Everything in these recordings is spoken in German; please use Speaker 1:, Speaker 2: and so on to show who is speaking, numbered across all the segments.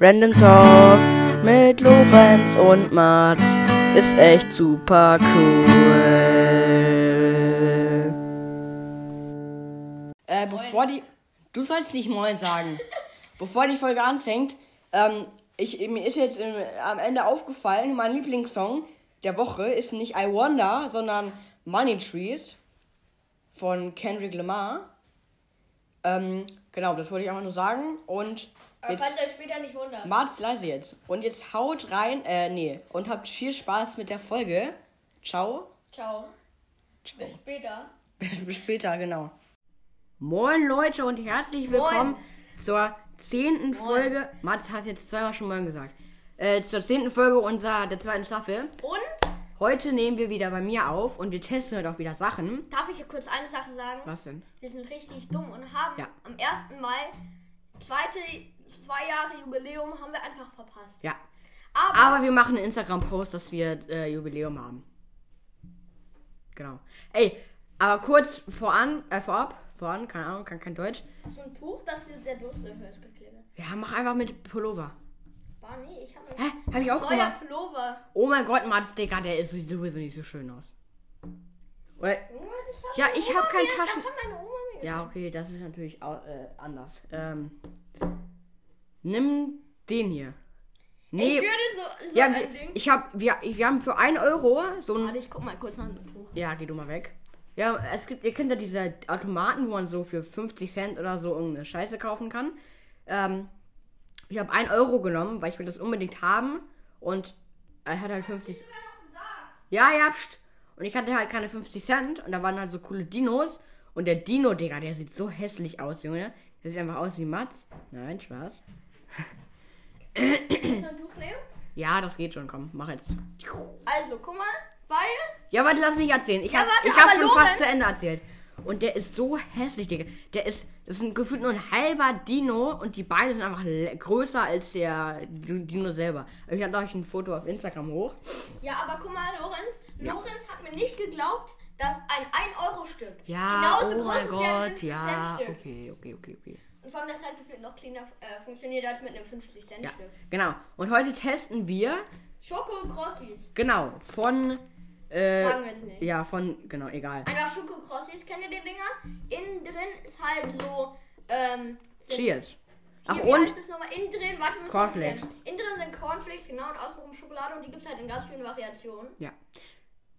Speaker 1: Random Talk mit Lorenz und Mats ist echt super cool. Äh, bevor die. Du sollst nicht Moin sagen. bevor die Folge anfängt, ähm, ich, mir ist jetzt im, am Ende aufgefallen, mein Lieblingssong der Woche ist nicht I Wonder, sondern Money Trees von Kendrick Lamar. Ähm, genau, das wollte ich einfach nur sagen. Und
Speaker 2: Aber
Speaker 1: jetzt
Speaker 2: falls ihr euch später nicht wundern.
Speaker 1: Mats leise jetzt. Und jetzt haut rein, äh, nee. Und habt viel Spaß mit der Folge. Ciao.
Speaker 2: Ciao. Bis später.
Speaker 1: Bis später, genau. Moin Leute und herzlich willkommen zur zehnten Folge. Mats hat jetzt zweimal schon Moin gesagt. Äh, zur zehnten Folge unserer der zweiten Staffel.
Speaker 2: Und
Speaker 1: Heute nehmen wir wieder bei mir auf und wir testen heute auch wieder Sachen.
Speaker 2: darf ich hier kurz eine Sache sagen?
Speaker 1: Was denn?
Speaker 2: Wir sind richtig dumm und haben
Speaker 1: Ja.
Speaker 2: am 1. Mai zweite, zwei Jahre Jubiläum haben wir einfach verpasst.
Speaker 1: Ja.
Speaker 2: Aber,
Speaker 1: Aber wir machen einen Instagram-Post, dass wir äh, Jubiläum haben. Genau. Ey, aber kurz voran, äh, vorab, voran, keine Ahnung, kann kein Deutsch.
Speaker 2: so ein Tuch, dass wir der Durstlöcher ist geklingelt.
Speaker 1: Ja, mach einfach mit Pullover.
Speaker 2: War nee, ich habe
Speaker 1: Hä? Hab ich auch
Speaker 2: neuer
Speaker 1: gemacht.
Speaker 2: Pullover.
Speaker 1: Oh mein Gott, Mats, Digga, der ist sowieso nicht so schön aus. Oder,
Speaker 2: Junge, das hat
Speaker 1: Ja,
Speaker 2: meine
Speaker 1: ich
Speaker 2: Oma
Speaker 1: hab keinen
Speaker 2: mir,
Speaker 1: Taschen-
Speaker 2: Das hat meine Oma mir gesagt.
Speaker 1: ja, okay, das ist natürlich au- äh, anders. Ähm, nimm den hier. Nee,
Speaker 2: Ich würde so, so
Speaker 1: ja,
Speaker 2: ein
Speaker 1: wir,
Speaker 2: Ding.
Speaker 1: ich hab, wir, ich- wir haben für 1 Euro so ein.
Speaker 2: Warte, ich guck mal kurz nach dem Tuch.
Speaker 1: Ja, geh du mal weg. Ja, es gibt, ihr kennt ja diese Automaten, wo man so für 50 Cent oder so irgendeine Scheiße kaufen kann. Ähm, ich habe 1 Euro genommen, weil ich will das unbedingt haben. Und er hat halt 50 Cent. Ja, ja, pst. Und ich hatte halt keine 50 Cent und da waren halt so coole Dinos. Und der Dino, Digga, der sieht so hässlich aus, Junge. Der sieht einfach aus wie Mats. Nein, Spaß.
Speaker 2: So ein Tuch nehmen?
Speaker 1: Ja, das geht schon, komm, mach jetzt.
Speaker 2: Also, guck mal, weil
Speaker 1: Ja, warte, lass mich erzählen. Ich
Speaker 2: Ja,
Speaker 1: habe
Speaker 2: warte,
Speaker 1: ich hab
Speaker 2: aber
Speaker 1: schon
Speaker 2: Lorenz-
Speaker 1: fast zu Ende erzählt. Und der ist so hässlich, Digga. Der ist, das ist ein- gefühlt nur ein halber Dino und die Beine sind einfach le- größer als der D- Dino selber. Ich lade euch ein Foto auf Instagram hoch.
Speaker 2: Ja, aber guck mal, Lorenz. Lorenz hat mir nicht geglaubt, dass ein 1-Euro-Stück
Speaker 1: Ja,
Speaker 2: genauso
Speaker 1: oh
Speaker 2: groß
Speaker 1: mein
Speaker 2: ist wie ein
Speaker 1: Gott,
Speaker 2: 50
Speaker 1: ja.
Speaker 2: Cent Stück.
Speaker 1: Okay, okay, okay, okay.
Speaker 2: Und vor allem das hat gefühlt noch kleiner äh, funktioniert als mit einem 50 Cent
Speaker 1: Ja,
Speaker 2: Stück.
Speaker 1: genau. Und heute testen wir,
Speaker 2: Schoko Crossis.
Speaker 1: genau, von, äh,
Speaker 2: Sagen wir jetzt nicht.
Speaker 1: ja, von, genau, egal.
Speaker 2: Einfach Schoko Crossis, kennt ihr den Dinger? Innen drin ist halt so ähm so-
Speaker 1: Cheers. Ach,
Speaker 2: Hier, wie
Speaker 1: und
Speaker 2: heißt das nochmal? Innen drin, warte, wir müssen
Speaker 1: Cornflakes.
Speaker 2: erklären. Innen drin sind Cornflakes, genau, und außenrum Schokolade und die gibt's halt in ganz vielen Variationen.
Speaker 1: Ja.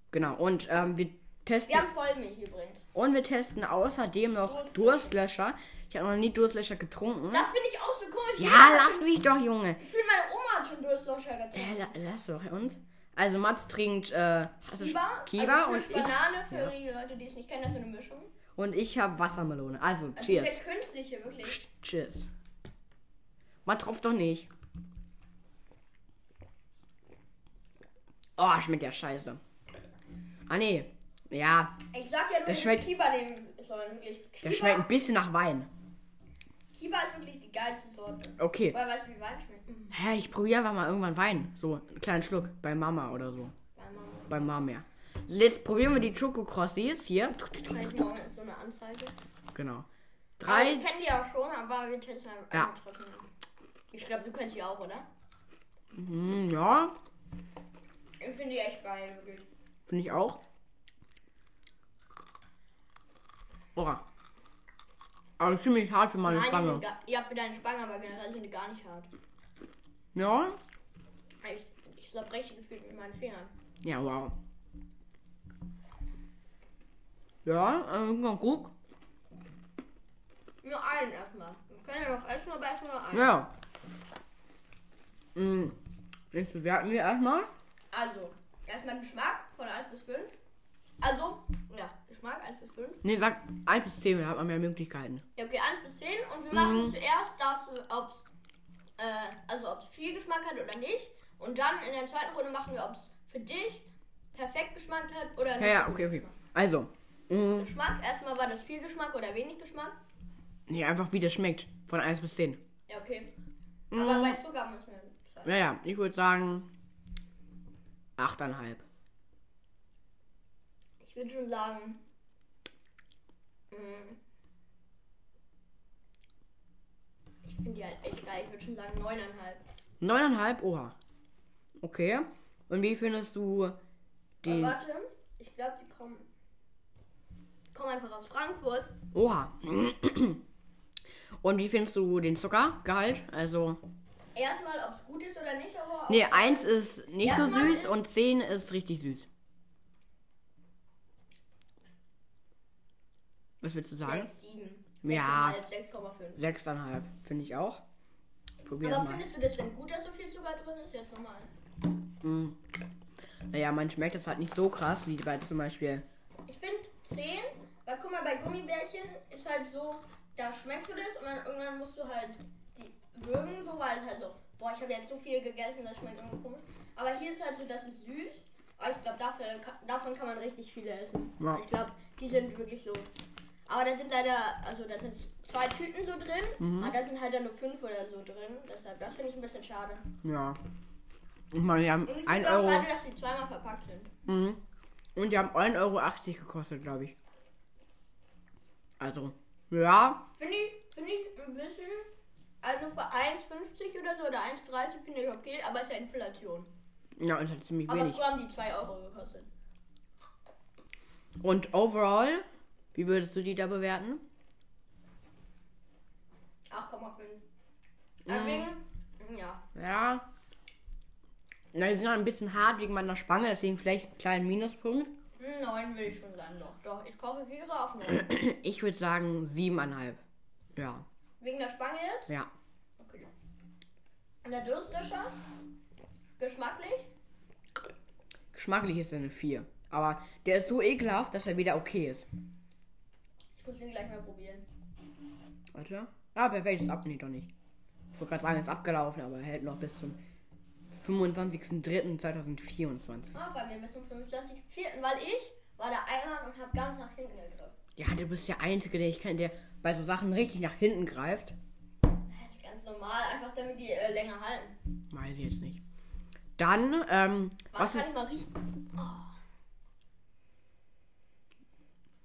Speaker 1: Genau. Und ähm, wir testen.
Speaker 2: Wir haben Vollmilch übrigens.
Speaker 1: Und wir testen außerdem noch
Speaker 2: Durstlöscher.
Speaker 1: Durstlöscher. Ich habe noch nie Durstlöscher getrunken.
Speaker 2: Das finde ich auch so komisch.
Speaker 1: Hm? ja, lass mich doch, Junge.
Speaker 2: Ich finde, meine Oma hat schon Durstlöscher getrunken.
Speaker 1: Äh, la, lass doch uns. Also Mats trinkt äh, hast du
Speaker 2: Kiba,
Speaker 1: schon- Kiba
Speaker 2: also
Speaker 1: und ich
Speaker 2: Banane für
Speaker 1: ja.
Speaker 2: die Leute, die es nicht kennen, das ist so eine Mischung.
Speaker 1: und ich habe Wassermelone. Also,
Speaker 2: Also
Speaker 1: cheers.
Speaker 2: diese künstliche, wirklich.
Speaker 1: Psst, cheers. Man tropft doch nicht. Oh, schmeckt ja scheiße. Ah nee. Ja,
Speaker 2: Ich sag ja nur, dass
Speaker 1: schmeckt-
Speaker 2: Kiba nehmen sollen, wirklich.
Speaker 1: der
Speaker 2: Kiba,
Speaker 1: schmeckt ein bisschen nach Wein.
Speaker 2: Kiba ist wirklich die geilste Sorte.
Speaker 1: Okay.
Speaker 2: Weil weißt du, wie Wein schmeckt? Mhm.
Speaker 1: Hä, ich probiere einfach mal irgendwann Wein. So, einen kleinen Schluck. Bei Mama oder so.
Speaker 2: Bei Mama.
Speaker 1: Bei Mama, ja. Jetzt probieren wir die Choco-Crossis hier.
Speaker 2: Wahrscheinlich morgen ist so eine Anzeige.
Speaker 1: Genau.
Speaker 2: Aber
Speaker 1: Drei.
Speaker 2: Wir kennen die ja schon, aber wir testen einfach
Speaker 1: Ja.
Speaker 2: ja. trotzdem. Ich glaube, du kennst die auch, oder?
Speaker 1: Hm, ja,
Speaker 2: Ich finde die echt geil, wirklich.
Speaker 1: finde ich auch. Oh. Aber ziemlich hart für meine
Speaker 2: Nein, die
Speaker 1: Oh, Spange.
Speaker 2: sind gar- ja, für deine Spange, aber generell sind die gar nicht hart.
Speaker 1: Ja?
Speaker 2: Ich, ich zerbreche gefühlt mit meinen Fingern.
Speaker 1: Ja, wow. Ja, äh, mal guck.
Speaker 2: Nur einen erstmal. Wir können ja noch essen, aber erstmal nur einen.
Speaker 1: Ja. Hm. Jetzt bewerten wir erstmal.
Speaker 2: Also, erstmal Geschmack von 1 bis 5. Also, ja, Geschmack 1 bis 5.
Speaker 1: Ne, sag 1 bis 10, da hat man mehr Möglichkeiten.
Speaker 2: Ja, okay, 1 bis 10. Und wir
Speaker 1: Mhm.
Speaker 2: machen zuerst das, ob es äh, also ob's viel Geschmack hat oder nicht. Und dann in der zweiten Runde machen wir, ob es für dich perfekt Geschmack hat oder
Speaker 1: Ja,
Speaker 2: nicht.
Speaker 1: ja, okay, okay. Also, mh,
Speaker 2: Geschmack, erstmal war das viel Geschmack oder wenig Geschmack.
Speaker 1: nee, einfach wie das schmeckt. Von 1 bis 10.
Speaker 2: Ja, okay.
Speaker 1: Mhm.
Speaker 2: Aber bei Zucker müssen wir sagen.
Speaker 1: Ja, ja, ich würde sagen 8,5.
Speaker 2: Ich würde schon sagen. mm, Ich Ich finde die halt echt geil. Ich würde schon sagen 9,5.
Speaker 1: Neuneinhalb, oha. Okay. Und wie findest du
Speaker 2: Aber
Speaker 1: die.
Speaker 2: warte, ich glaube, die kommen. Die kommen einfach aus Frankfurt.
Speaker 1: Oha. Und wie findest du den Zuckergehalt? Also.
Speaker 2: Erstmal, ob es gut ist oder nicht, aber.
Speaker 1: Nee, eins ist nicht so
Speaker 2: Erstmal
Speaker 1: süß
Speaker 2: ist-
Speaker 1: und zehn ist richtig süß. Was willst du sagen?
Speaker 2: 6, 7.
Speaker 1: Ja.
Speaker 2: 6,5.
Speaker 1: Sechseinhalb, finde ich auch. Ich probiere
Speaker 2: Aber
Speaker 1: mal.
Speaker 2: findest du das denn gut, dass so viel Zucker drin ist? Jetzt nochmal.
Speaker 1: Hm. Naja, man schmeckt das halt nicht so krass wie bei zum Beispiel.
Speaker 2: Ich finde 10, weil guck mal, bei Gummibärchen ist halt so, da schmeckst du das und dann irgendwann musst du halt die würgen, so, weil es halt so, boah, ich habe jetzt so viel gegessen, das schmeckt irgendwie komisch. Aber hier ist halt so, das ist süß, aber ich glaube, dafür, ka- davon kann man richtig viele essen.
Speaker 1: Ja.
Speaker 2: Ich glaube, die sind wirklich so. Aber da sind leider, also da sind zwei Tüten so drin,
Speaker 1: Mhm.
Speaker 2: aber da sind halt dann nur fünf oder so drin. Deshalb, das finde ich ein bisschen schade.
Speaker 1: Ja. Ich meine, die haben
Speaker 2: Und ich
Speaker 1: 1
Speaker 2: finde auch
Speaker 1: Euro.
Speaker 2: schade, dass die zweimal verpackt sind.
Speaker 1: Mhm. Und die haben 1,80 Euro gekostet, glaube ich. Also, ja.
Speaker 2: Finde ich, finde ich ein bisschen. Also für 1,50 oder so oder 1,30 finde ich okay, aber es ist ja Inflation.
Speaker 1: Ja, ist halt ziemlich
Speaker 2: Aber
Speaker 1: wenig.
Speaker 2: früher haben die 2 Euro gekostet.
Speaker 1: Und overall, wie würdest du die da bewerten?
Speaker 2: 8,5. Deswegen, ja.
Speaker 1: Ja. Na, die sind halt ein bisschen hart wegen meiner Spange, deswegen vielleicht einen kleinen Minuspunkt.
Speaker 2: 9 hm, will ich schon sagen, doch. Doch, ich korrigiere auf 9.
Speaker 1: Ich würde sagen 7,5. Ja.
Speaker 2: Wegen der Spange jetzt?
Speaker 1: Ja.
Speaker 2: Okay. Und der Durstlöscher? Geschmacklich?
Speaker 1: Geschmacklich ist er eine 4. Aber der ist so ekelhaft, dass er wieder okay ist.
Speaker 2: Ich muss den gleich mal probieren.
Speaker 1: Warte. Ah, perfekt, ist ab. Nee, doch nicht. Ich wollte gerade sagen, ist abgelaufen, aber hält noch bis zum 25.03.2024.
Speaker 2: Ah, bei mir bis zum 25.04. Weil ich war da einmal und habe ganz nach hinten gegriffen.
Speaker 1: Ja, du bist der Einzige, der ich kenne, der bei so Sachen richtig nach hinten greift.
Speaker 2: Das ist ganz normal, einfach damit die äh, länger halten.
Speaker 1: Weiß ich jetzt nicht. Dann, ähm, was
Speaker 2: Was kann ich
Speaker 1: ist.
Speaker 2: mal riechen? Oh.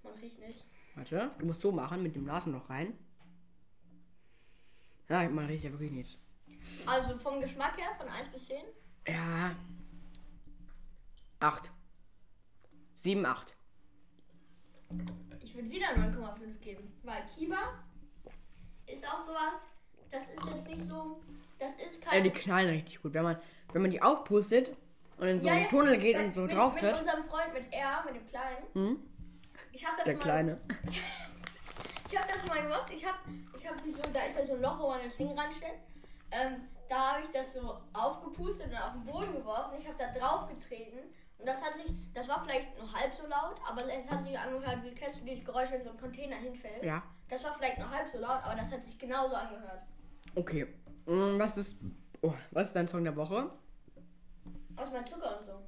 Speaker 2: Man riecht nicht.
Speaker 1: Warte, du musst so machen, mit dem Nasen noch rein. Ja, man riecht ja wirklich nichts.
Speaker 2: Also vom Geschmack her, von 1 bis 10.
Speaker 1: Ja. 8. 7, 8.
Speaker 2: Ich würde wieder 9,5 geben. Weil Kiba ist auch sowas. Das ist jetzt nicht so. Das ist
Speaker 1: Äh,
Speaker 2: kein.
Speaker 1: die knallen richtig gut. Wenn man, wenn man die aufpustet und in so einen Tunnel geht
Speaker 2: mit,
Speaker 1: und so
Speaker 2: mit,
Speaker 1: drauf
Speaker 2: Mit
Speaker 1: tritt.
Speaker 2: unserem Freund, mit R, mit dem Kleinen.
Speaker 1: Hm?
Speaker 2: Ich habe das
Speaker 1: Der
Speaker 2: mal.
Speaker 1: Kleine.
Speaker 2: Ich habe das mal gemacht. Ich habe ich hab sie so, da ist ja so ein Loch, wo man das Ding ranstellt. Ähm, da habe ich das so aufgepustet und auf den Boden geworfen. Ich habe da drauf getreten. Und das hat sich, das war vielleicht nur halb so laut, aber es hat sich angehört, wie kennst du dieses Geräusch, wenn so ein Container hinfällt?
Speaker 1: Ja.
Speaker 2: Das war vielleicht nur halb so laut, aber das hat sich genauso angehört.
Speaker 1: Okay. Hm, Was ist. Oh, was ist dein Song der Woche?
Speaker 2: Aus meinem Zucker und so.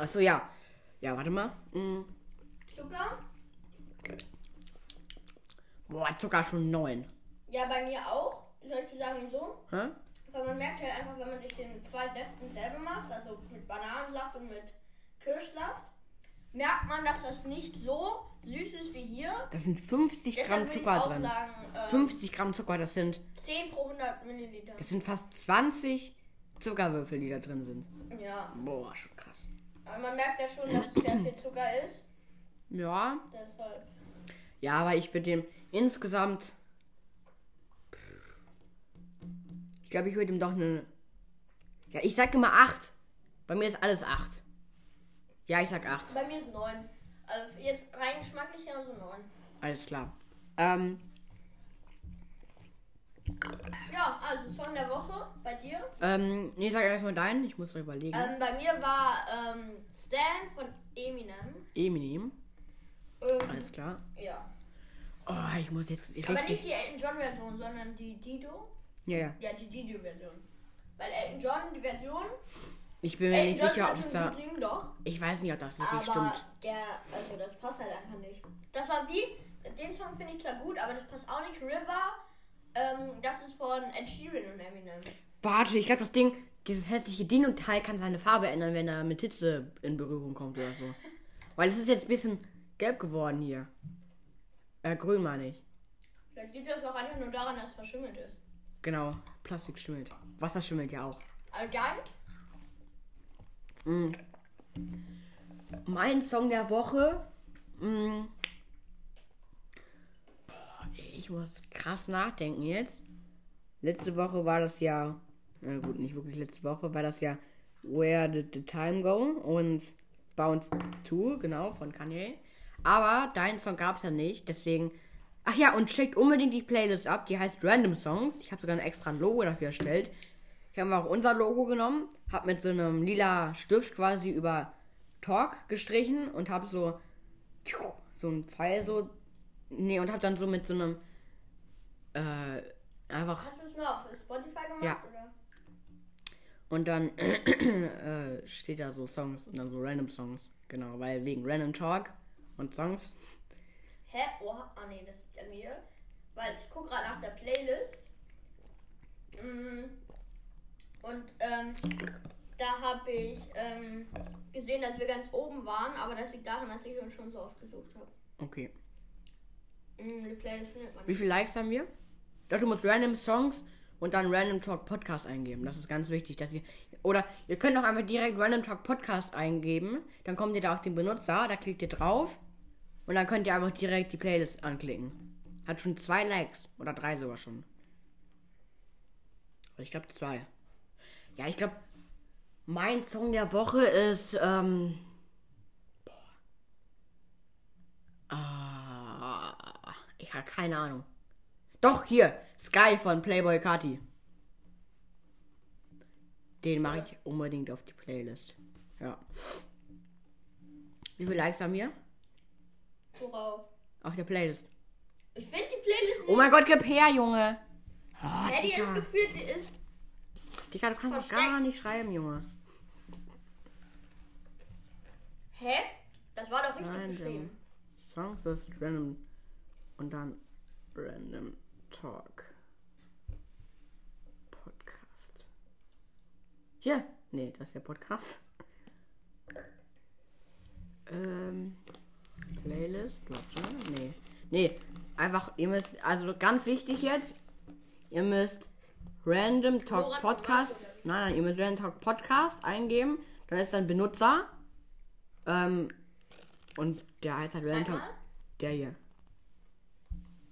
Speaker 1: Achso, ja. Ja, warte mal. Hm,
Speaker 2: Zucker?
Speaker 1: Boah, Zucker schon 9.
Speaker 2: Ja, bei mir auch. Soll ich dir sagen, wieso?
Speaker 1: Hä?
Speaker 2: Weil man merkt halt einfach, wenn man sich den mit zwei Säften selber macht, also mit Bananensaft und mit Kirschsaft, merkt man, dass das nicht so süß ist wie hier.
Speaker 1: Das sind 50
Speaker 2: Deshalb
Speaker 1: Gramm
Speaker 2: würde ich
Speaker 1: Zucker
Speaker 2: auch
Speaker 1: drin.
Speaker 2: sagen, äh,
Speaker 1: 50 Gramm Zucker, das sind,
Speaker 2: 10 pro 100 Milliliter.
Speaker 1: das sind fast 20 Zuckerwürfel, die da drin sind.
Speaker 2: Ja,
Speaker 1: Boah, schon krass.
Speaker 2: aber man merkt ja schon, dass es sehr viel Zucker ist.
Speaker 1: Ja.
Speaker 2: Deshalb.
Speaker 1: Ja, aber ich würde dem insgesamt. Ich glaube, ich würde ihm doch eine. Ja, ich sag immer 8. Bei mir ist alles 8. Ja, ich sag 8.
Speaker 2: Bei mir ist 9. Also jetzt rein geschmacklich her so 9.
Speaker 1: Alles klar. Ähm,
Speaker 2: Ja, also Song der Woche bei dir.
Speaker 1: ähm, nee, sag erstmal deinen. Ich muss noch überlegen.
Speaker 2: Ähm, bei mir war ähm, Stan von Eminem.
Speaker 1: Eminem.
Speaker 2: Ähm,
Speaker 1: Alles klar.
Speaker 2: ja.
Speaker 1: Oh, ich muss jetzt
Speaker 2: Aber nicht
Speaker 1: richtig.
Speaker 2: die Elton John Version, sondern die Dido.
Speaker 1: Ja, ja.
Speaker 2: Ja, die Dido-Version. Weil Elton John, die Version.
Speaker 1: Ich bin mir
Speaker 2: Elton
Speaker 1: nicht
Speaker 2: John
Speaker 1: sicher,
Speaker 2: kann
Speaker 1: ob es
Speaker 2: schon
Speaker 1: da.
Speaker 2: gut singen, doch.
Speaker 1: Ich weiß nicht, ob das wirklich
Speaker 2: Aber
Speaker 1: stimmt.
Speaker 2: der, also das passt halt einfach nicht. Das war wie, den Song finde ich zwar gut, aber das passt auch nicht. River, ähm, das ist von Ed Sheeran und Eminem.
Speaker 1: Warte, ich glaube, das Ding, dieses hässliche Dino-Teil kann seine Farbe ändern, wenn er mit Hitze in Berührung kommt oder so. Weil es ist jetzt ein bisschen gelb geworden hier. Äh, grün meine ich.
Speaker 2: Vielleicht liegt das auch einfach nur daran, dass es verschimmelt ist.
Speaker 1: Genau, Plastik schimmelt. Wasser schimmelt ja auch.
Speaker 2: Aber dann,
Speaker 1: Mm. Mein Song der Woche. Mm. Boah, ich muss krass nachdenken jetzt. Letzte Woche war das ja. Na gut, nicht wirklich letzte Woche, war das ja Where Did the Time Go und Bound to, genau, von Kanye. Aber deinen Song gab es ja nicht, deswegen. Ach ja, und checkt unbedingt die Playlist ab, die heißt Random Songs. Ich habe sogar ein extra Logo dafür erstellt. Ich habe auch unser Logo genommen, habe mit so einem lila Stift quasi über Talk gestrichen und habe so tschu, so einen Pfeil so nee und habe dann so mit so einem äh, einfach
Speaker 2: hast du es nur auf Spotify gemacht?
Speaker 1: Ja.
Speaker 2: Oder?
Speaker 1: und dann äh, steht da so Songs und dann so Random Songs genau weil wegen Random Talk und Songs
Speaker 2: Hä? Oha, ah nee, das liegt an mir. Weil ich gucke gerade nach der Playlist. Mm. Und ähm, da habe ich ähm, gesehen, dass wir ganz oben waren, aber das liegt daran, dass ich uns schon so oft gesucht habe.
Speaker 1: okay
Speaker 2: Mm, die Playlist findet man
Speaker 1: wie
Speaker 2: nicht.
Speaker 1: viele Likes haben wir doch du musst Random Songs und dann Random Talk Podcast eingeben das ist ganz wichtig dass ihr oder ihr könnt auch einfach direkt Random Talk Podcast eingeben dann kommt ihr da auf den Benutzer da klickt ihr drauf und dann könnt ihr einfach direkt die Playlist anklicken hat schon zwei Likes oder drei sogar schon Ich glaube zwei. Ja, ich glaube, mein Song der Woche ist. Ähm, boah. Ah, ich habe keine Ahnung. Doch, hier. Sky von Playboy Kati. Den mache ich unbedingt auf die Playlist. Ja. Wie viele Likes haben wir?
Speaker 2: Worauf?
Speaker 1: Auf der Playlist.
Speaker 2: Ich finde die Playlist
Speaker 1: Oh
Speaker 2: nicht.
Speaker 1: mein Gott, gib her, Junge. Oh,
Speaker 2: Hä, die ist
Speaker 1: Digga.
Speaker 2: gefühlt, die ist.
Speaker 1: Digga, du kannst doch gar
Speaker 2: versteckt.
Speaker 1: nicht schreiben, Junge.
Speaker 2: Hä? Das war doch richtig
Speaker 1: Nein,
Speaker 2: geschrieben.
Speaker 1: Songs ist random und dann random talk. Podcast. Hier. Nee, das ist der Podcast. Ähm, Playlist, warte, nee. Nee, einfach, ihr müsst, also ganz wichtig jetzt, ihr müsst Random Talk
Speaker 2: Morat
Speaker 1: Podcast,
Speaker 2: Tomato, oder
Speaker 1: nein, nein, ihr müsst Random Talk Podcast eingeben, dann ist dann Benutzer, ähm, und der heißt halt Random Talk,
Speaker 2: Einmal?
Speaker 1: der hier.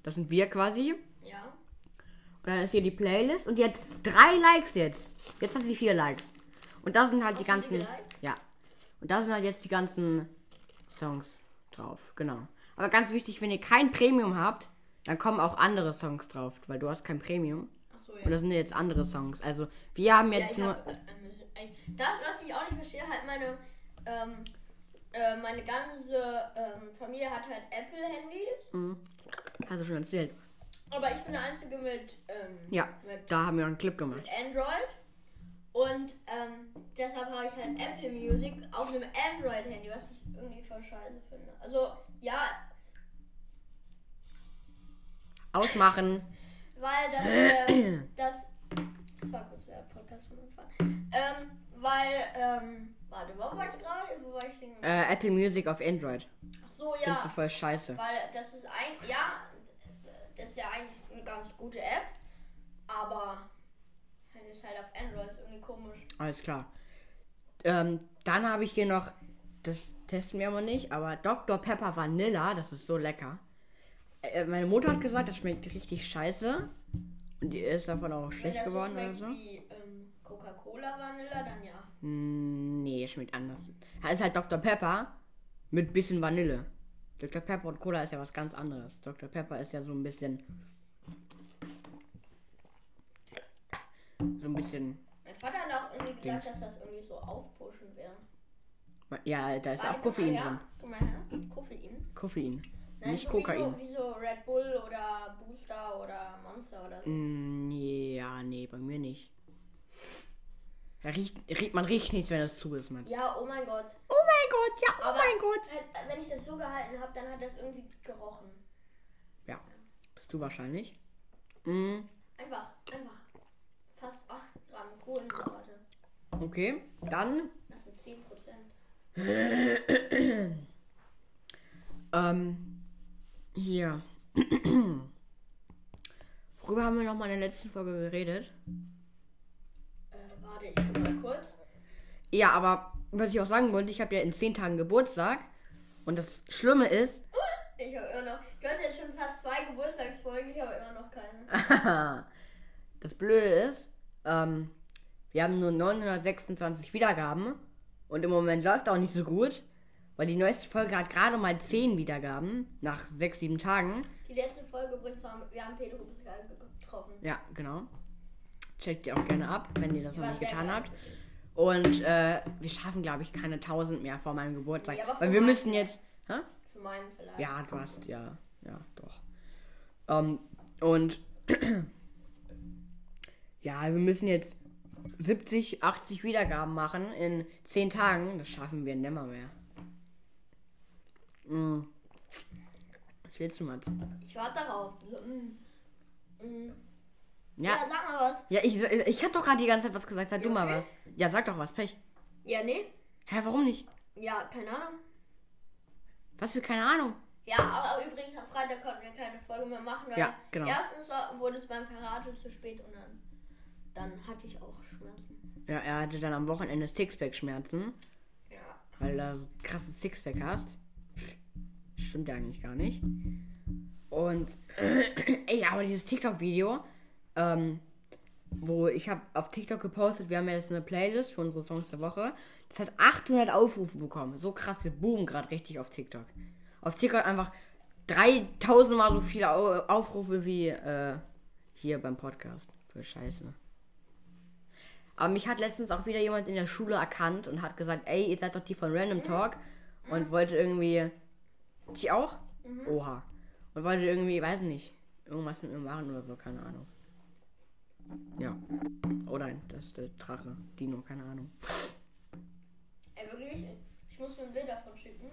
Speaker 1: Das sind wir quasi.
Speaker 2: Ja.
Speaker 1: Und dann ist hier die Playlist und die hat drei Likes jetzt. Jetzt hat sie vier Likes. Und da sind halt die
Speaker 2: Hast du sie
Speaker 1: ganzen.
Speaker 2: geliked?
Speaker 1: Ja. Und da sind halt jetzt die ganzen Songs drauf. Genau. Aber ganz wichtig, wenn ihr kein Premium habt, dann kommen auch andere Songs drauf, weil du hast kein Premium.
Speaker 2: Achso,
Speaker 1: Und
Speaker 2: ja.
Speaker 1: das sind jetzt andere Songs. Also wir haben
Speaker 2: ja
Speaker 1: jetzt
Speaker 2: ich
Speaker 1: nur.
Speaker 2: hab, äh, ein bisschen- ich- das, was ich auch nicht verstehe, halt meine. Ähm, äh, meine ganze ähm, Familie hat halt Apple-Handys.
Speaker 1: Mhm. Hast du schon erzählt?
Speaker 2: Aber ich bin der Einzige mit, ähm,
Speaker 1: Ja.
Speaker 2: mit
Speaker 1: Da haben wir auch einen Clip gemacht.
Speaker 2: Android. Und ähm, deshalb habe ich halt Apple Music auf einem Android-Handy, was ich irgendwie voll scheiße finde. Also, ja,
Speaker 1: Ausmachen.
Speaker 2: Weil das, äh, das, das war kurz der Podcast von Anfang. Ähm, weil, ähm, warte, wo war ich gerade? Wo war ich denn?
Speaker 1: Äh, Apple Music auf Android.
Speaker 2: Ach so,
Speaker 1: Findest du
Speaker 2: ja,
Speaker 1: voll scheiße.
Speaker 2: weil das ist ein, ja, das ist ja eigentlich eine ganz gute App, aber halt ist halt auf Android ist irgendwie komisch.
Speaker 1: Alles klar. Ähm, dann habe ich hier noch, das testen wir aber nicht, aber Dr. Pepper Vanilla, das ist so lecker. Äh, meine Mutter hat gesagt, das schmeckt richtig scheiße. Und die ist davon auch
Speaker 2: Wenn
Speaker 1: schlecht
Speaker 2: das so
Speaker 1: geworden oder
Speaker 2: schmeckt
Speaker 1: so.
Speaker 2: wie ähm, Coca-Cola Vanilla, dann ja.
Speaker 1: Mm, Nee, schmeckt anders. Das ist halt Dr. Pepper mit bisschen Vanille. Dr. Pepper und Cola ist ja was ganz anderes. Dr. Pepper ist ja so ein bisschen. So ein bisschen.
Speaker 2: Mein Vater hat auch irgendwie
Speaker 1: Dings.
Speaker 2: gesagt, dass das irgendwie so aufpushen wäre.
Speaker 1: Ja, da ist
Speaker 2: Warte,
Speaker 1: auch
Speaker 2: guck mal
Speaker 1: Koffein
Speaker 2: her,
Speaker 1: drin.
Speaker 2: Guck mal her, Koffein.
Speaker 1: Koffein.
Speaker 2: Nein,
Speaker 1: nicht
Speaker 2: so
Speaker 1: Kokain.
Speaker 2: Wie so, wie so Red Bull oder Booster oder Monster oder so.
Speaker 1: Mm, Ja, nee, bei mir nicht. Da riecht, riecht, man riecht nichts, wenn das zu ist, meinst du?
Speaker 2: Ja, oh mein Gott.
Speaker 1: Oh mein Gott, ja, oh
Speaker 2: Aber-
Speaker 1: mein Gott.
Speaker 2: Halt, wenn ich das so gehalten habe, dann hat das irgendwie gerochen.
Speaker 1: Ja, bist du wahrscheinlich. Mm,
Speaker 2: Einfach, einfach. Fast 8 Gramm Kohlenhydrate.
Speaker 1: okay, dann,
Speaker 2: Das sind 10 Prozent.
Speaker 1: ähm, hier. Worüber haben wir nochmal in der letzten Folge geredet?
Speaker 2: Äh, warte, ich guck mal kurz.
Speaker 1: Ja, aber was ich auch sagen wollte, ich habe ja in zehn Tagen Geburtstag. Und das Schlimme ist,
Speaker 2: Ich habe immer noch. Ich hatte jetzt schon fast zwei Geburtstagsfolgen, ich habe immer noch keine.
Speaker 1: das Blöde ist, ähm, wir haben nur 926 Wiedergaben. Und im Moment läuft auch nicht so gut, weil die neueste Folge hat gerade mal 10 Wiedergaben nach 6, 7 Tagen.
Speaker 2: Die letzte Folge übrigens war, wir haben Pedro Pascal ge- getroffen.
Speaker 1: Ja, genau. Checkt ihr auch gerne ab, wenn ihr das noch
Speaker 2: War
Speaker 1: nicht
Speaker 2: sehr
Speaker 1: getan
Speaker 2: geil.
Speaker 1: habt. Und äh, wir schaffen, glaube ich, keine 1000 mehr vor meinem Geburtstag.
Speaker 2: Nee, aber
Speaker 1: weil
Speaker 2: vor
Speaker 1: wir
Speaker 2: meinem
Speaker 1: müssen jetzt. Hä?
Speaker 2: Zu meinem vielleicht.
Speaker 1: Ja, du hast, ja, ja, doch. Ähm, und ja, wir müssen jetzt 70, 80 Wiedergaben machen in 10 Tagen. Das schaffen wir nimmer mehr. Mm. Was willst du, Mats?
Speaker 2: Ich warte darauf. So, mm, mm. Ja.
Speaker 1: Ja,
Speaker 2: sag mal was.
Speaker 1: ja ich, ich hatte doch gerade die ganze Zeit was gesagt. Sag du mal
Speaker 2: Junge?
Speaker 1: was. Ja, sag doch was. Pech.
Speaker 2: Ja, nee.
Speaker 1: Hä, warum nicht?
Speaker 2: Ja, keine Ahnung.
Speaker 1: Was für keine Ahnung.
Speaker 2: Ja, aber übrigens am Freitag konnten wir keine Folge mehr machen, weil
Speaker 1: Ja, genau.
Speaker 2: erstens war- wurde es beim Karate zu spät und dann, dann hatte ich auch Schmerzen.
Speaker 1: Ja, er hatte dann am Wochenende Sixpack-Schmerzen.
Speaker 2: Ja.
Speaker 1: weil du so ein krasses Sixpack hast. Stimmt ja eigentlich gar nicht. Und ey, aber dieses TikTok-Video, ähm, wo ich habe auf TikTok gepostet, wir haben ja jetzt eine Playlist für unsere Songs der Woche. Das hat 800 Aufrufe bekommen. So krass, wir boomen gerade richtig auf TikTok. Auf TikTok einfach 3000 mal so viele Au- Aufrufe wie äh, hier beim Podcast. Für Scheiße. Aber mich hat letztens auch wieder jemand in der Schule erkannt und hat gesagt, ey, ihr seid doch die von Random Talk. Und wollte irgendwie. Die auch? Oha. Und wollte irgendwie, weiß nicht, irgendwas mit mir machen oder so, keine Ahnung. Ja. Oh nein, das ist der Drache. Dino, keine Ahnung.
Speaker 2: Ey, wirklich?
Speaker 1: Mhm.
Speaker 2: Ich muss mir ein Bild davon schicken.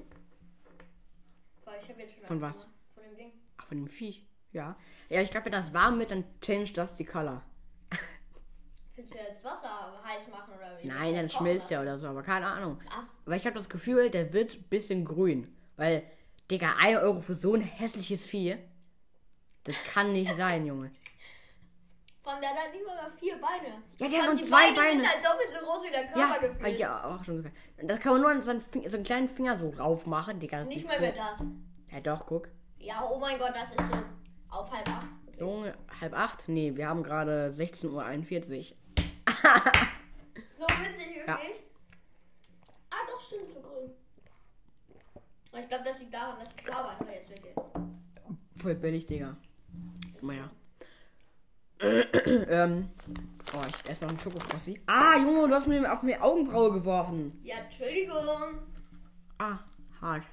Speaker 2: Weil ich habe jetzt schon
Speaker 1: Von
Speaker 2: eins
Speaker 1: was?
Speaker 2: gemacht. Von dem Ding.
Speaker 1: Ach, von dem Viech. Ja. Ja, ich glaube, wenn das warm wird, dann change das die Color.
Speaker 2: Willst du jetzt Wasser heiß machen oder wie?
Speaker 1: Nein, dann schmilzt der oder so, aber keine Ahnung.
Speaker 2: Ach,
Speaker 1: Weil ich habe das Gefühl, der wird ein bisschen grün. Weil, Digga, 1 Euro für so ein hässliches Vieh. Das kann nicht sein, Junge.
Speaker 2: von der hat nicht mal vier Beine.
Speaker 1: Ja, der hat
Speaker 2: Und
Speaker 1: nur
Speaker 2: die
Speaker 1: zwei
Speaker 2: sind
Speaker 1: Beine.
Speaker 2: halt doppelt so groß wie der
Speaker 1: Ja,
Speaker 2: Körper
Speaker 1: hab
Speaker 2: gefühlt.
Speaker 1: ich ja auch schon gesagt. Das kann man nur an so einen, Fing- so einen kleinen Finger so rauf machen, Digga. das
Speaker 2: Nicht
Speaker 1: ist
Speaker 2: mal
Speaker 1: so.
Speaker 2: mehr das.
Speaker 1: Ja, doch, guck.
Speaker 2: Ja, oh mein Gott, das ist so auf halb acht.
Speaker 1: Junge, halb acht? Nee, wir haben gerade 16.41 Uhr.
Speaker 2: So witzig, wirklich. Ah, doch, stimmt, so grün. Aber Ich glaube, das liegt daran, dass die Farbe einfach jetzt weggeht.
Speaker 1: Voll billig, Digga. Naja. ähm. Oh, ich esse noch einen Schokofrossi. Ah, Junge, du hast mir auf mir Augenbraue geworfen.
Speaker 2: Ja, Entschuldigung.
Speaker 1: Ah, hart.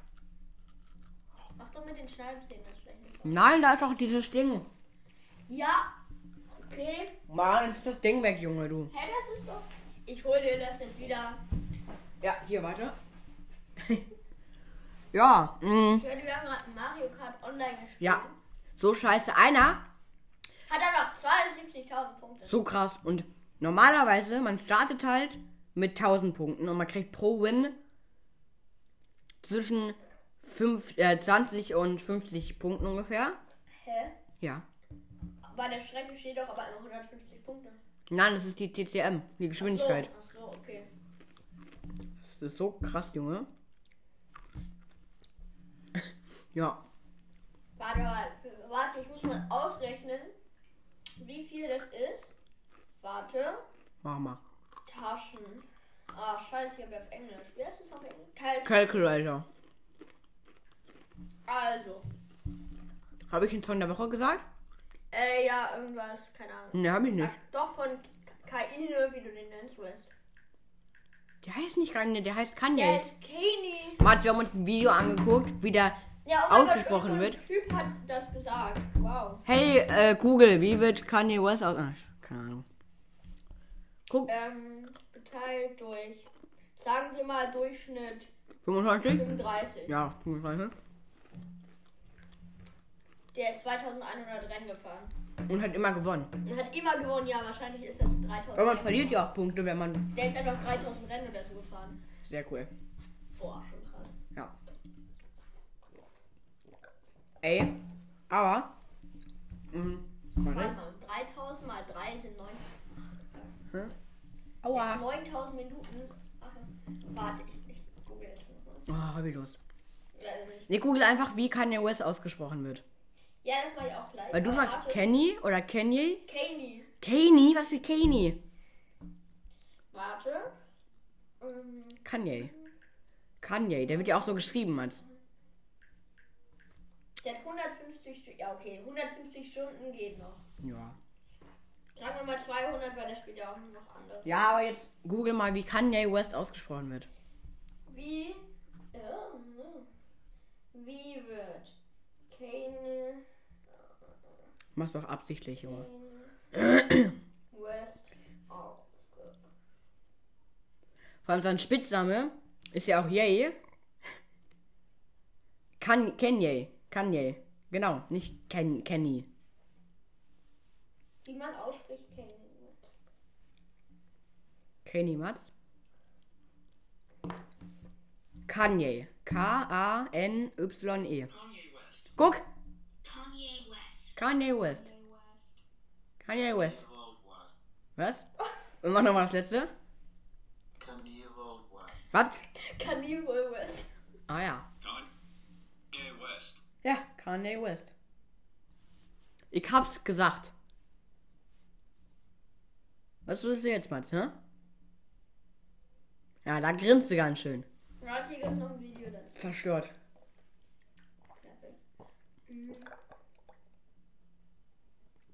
Speaker 2: Mach doch mit den Schneidenzähnen das schlechte Farbe.
Speaker 1: Nein, da ist doch dieses Ding.
Speaker 2: Ja, okay.
Speaker 1: Mann, jetzt ist das Ding weg, Junge, du.
Speaker 2: Hä, das ist doch... Ich hol dir das jetzt wieder.
Speaker 1: Ja, hier, warte. ja, mm,
Speaker 2: Ich hörte, wir haben gerade Mario Kart online gespielt.
Speaker 1: ja. So scheiße. Einer,
Speaker 2: Hat er noch 72.000 Punkte.
Speaker 1: so krass. Und normalerweise, man startet halt mit 1000 Punkten und man kriegt pro Win zwischen fünf, äh, 20 und 50 Punkten ungefähr.
Speaker 2: Hä?
Speaker 1: Ja.
Speaker 2: Bei der Strecke steht doch aber immer 150 Punkte.
Speaker 1: Nein, das ist die TCM, die Geschwindigkeit.
Speaker 2: So, ach so, okay.
Speaker 1: Das ist so krass, Junge. ja.
Speaker 2: Warte mal, warte, ich muss mal ausrechnen, wie viel das ist. Warte,
Speaker 1: Mach mal.
Speaker 2: Taschen. Ah, scheiße, ich habe ja auf Englisch. Wie heißt das auf Englisch? Kalk.
Speaker 1: Calculator.
Speaker 2: Also,
Speaker 1: Habe ich den Song der Woche gesagt?
Speaker 2: äh, ja, irgendwas, keine Ahnung.
Speaker 1: Ne, habe ich nicht.
Speaker 2: Ach, doch von K- Kaine, wie du den nennst, Wes.
Speaker 1: Der heißt nicht Kanye, der heißt Kanye.
Speaker 2: Der ist Kini.
Speaker 1: Mats, wir haben uns ein Video angeguckt, wie der
Speaker 2: Ja, oh mein
Speaker 1: Ausgesprochen
Speaker 2: Gott,
Speaker 1: wird.
Speaker 2: irgend so ein Typ hat das gesagt. Wow.
Speaker 1: Hey, äh, Google, wie wird Kanye West aus... Ah, keine Ahnung. Guck,
Speaker 2: Ähm, geteilt durch, sagen wir mal Durchschnitt
Speaker 1: 25?
Speaker 2: 35.
Speaker 1: Ja, ne? 25.
Speaker 2: Der ist 2100 Rennen gefahren
Speaker 1: Und hat immer gewonnen.
Speaker 2: und hat immer gewonnen. Ja, wahrscheinlich ist das 3000.
Speaker 1: Aber man
Speaker 2: Rennen.
Speaker 1: verliert ja auch Punkte, wenn man...
Speaker 2: Der ist einfach 3000 Rennen oder so gefahren.
Speaker 1: Sehr cool.
Speaker 2: Boah, schon krass.
Speaker 1: Ja. Ey, aber... mm,
Speaker 2: Warte mal, 3000 um mal 3 sind 9. Jetzt
Speaker 1: Aua.
Speaker 2: 9000 Minuten. Ach, warte, ich, ich google jetzt nochmal.
Speaker 1: Oh, hobbylos.
Speaker 2: Ja, also nicht-
Speaker 1: Nee, google einfach, wie Kanye West ausgesprochen wird.
Speaker 2: ja, das mache ich auch gleich.
Speaker 1: Weil du
Speaker 2: Aber
Speaker 1: sagst
Speaker 2: warte.
Speaker 1: Kenny oder Kanye.
Speaker 2: Kanye.
Speaker 1: Kanye? Was für Kanye?
Speaker 2: Warte. Ähm,
Speaker 1: Kanye. Kanye, der wird ja auch so geschrieben, Mats.
Speaker 2: der hat 150 Stunden. Ja, okay, 150 Stunden geht noch.
Speaker 1: Ja.
Speaker 2: Sagen wir mal 200, weil das spielt ja auch noch andere.
Speaker 1: Ja, aber jetzt google mal, wie Kanye West ausgesprochen wird.
Speaker 2: Wie. Ja, hm. wie wird Kanye
Speaker 1: Machst du auch absichtlich, Junge.
Speaker 2: West ausge.
Speaker 1: Vor allem sein Spitzname ist ja auch Ye. Kan Kanye. Kanye. Genau, nicht Ken Kenny.
Speaker 2: Wie man ausspricht, Kanye.
Speaker 1: Kenny Mats. Kanye. K-A-N-Y-E.
Speaker 3: Kanye West.
Speaker 1: E. Guck,
Speaker 3: Kanye West.
Speaker 1: Kanye West. Kanye West.
Speaker 3: West.
Speaker 1: Was? Und mach nochmal das letzte.
Speaker 3: Kanye West.
Speaker 1: Was?
Speaker 2: Kanye West.
Speaker 1: Ah ja.
Speaker 3: Kanye West.
Speaker 1: Ja, Kanye West. Ich hab's gesagt. Was willst du jetzt, Mats, ne? Ja, da grinst du ganz schön.
Speaker 2: Warte, hier gibt noch ein Video dazu.
Speaker 1: Zerstört.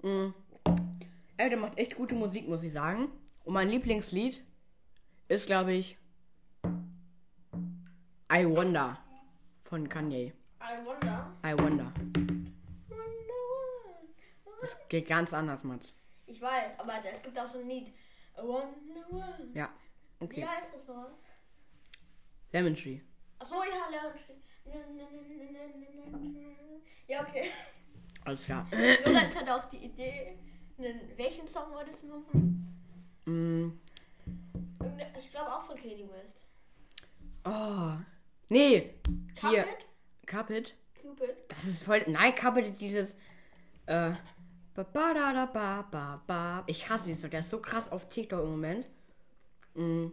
Speaker 1: Mhm. Ey, der macht echt gute Musik, muss ich sagen. Und mein Lieblingslied ist, glaube ich, I Wonder von Kanye.
Speaker 2: I wonder.
Speaker 1: I Wonder.
Speaker 2: Wonder why.
Speaker 1: Das geht ganz anders, Mats.
Speaker 2: Ich weiß, aber es gibt auch so ein Lied. I wonder why.
Speaker 1: Ja.
Speaker 2: Wie
Speaker 1: Okay.
Speaker 2: heißt das noch?
Speaker 1: Lemon Tree.
Speaker 2: Achso, ja, Leon. Schrie- Na, na, na, na, na, na, na, na. Ja, okay.
Speaker 1: Alles klar.
Speaker 2: Lorenz hat auch die Idee. Einen, welchen Song wolltest du machen?
Speaker 1: mm.
Speaker 2: Irgende- Ich glaube auch von Kanye West.
Speaker 1: Oh. Nee. Hier.
Speaker 2: Cuphead?
Speaker 1: Cuphead.
Speaker 2: Cupid?
Speaker 1: Das ist voll. Nein, Cuphead ist dieses. Äh. Ba, ba, da, da, ba, ba, ba. Ich hasse diesen Song. Der ist so krass auf TikTok im Moment. Mm.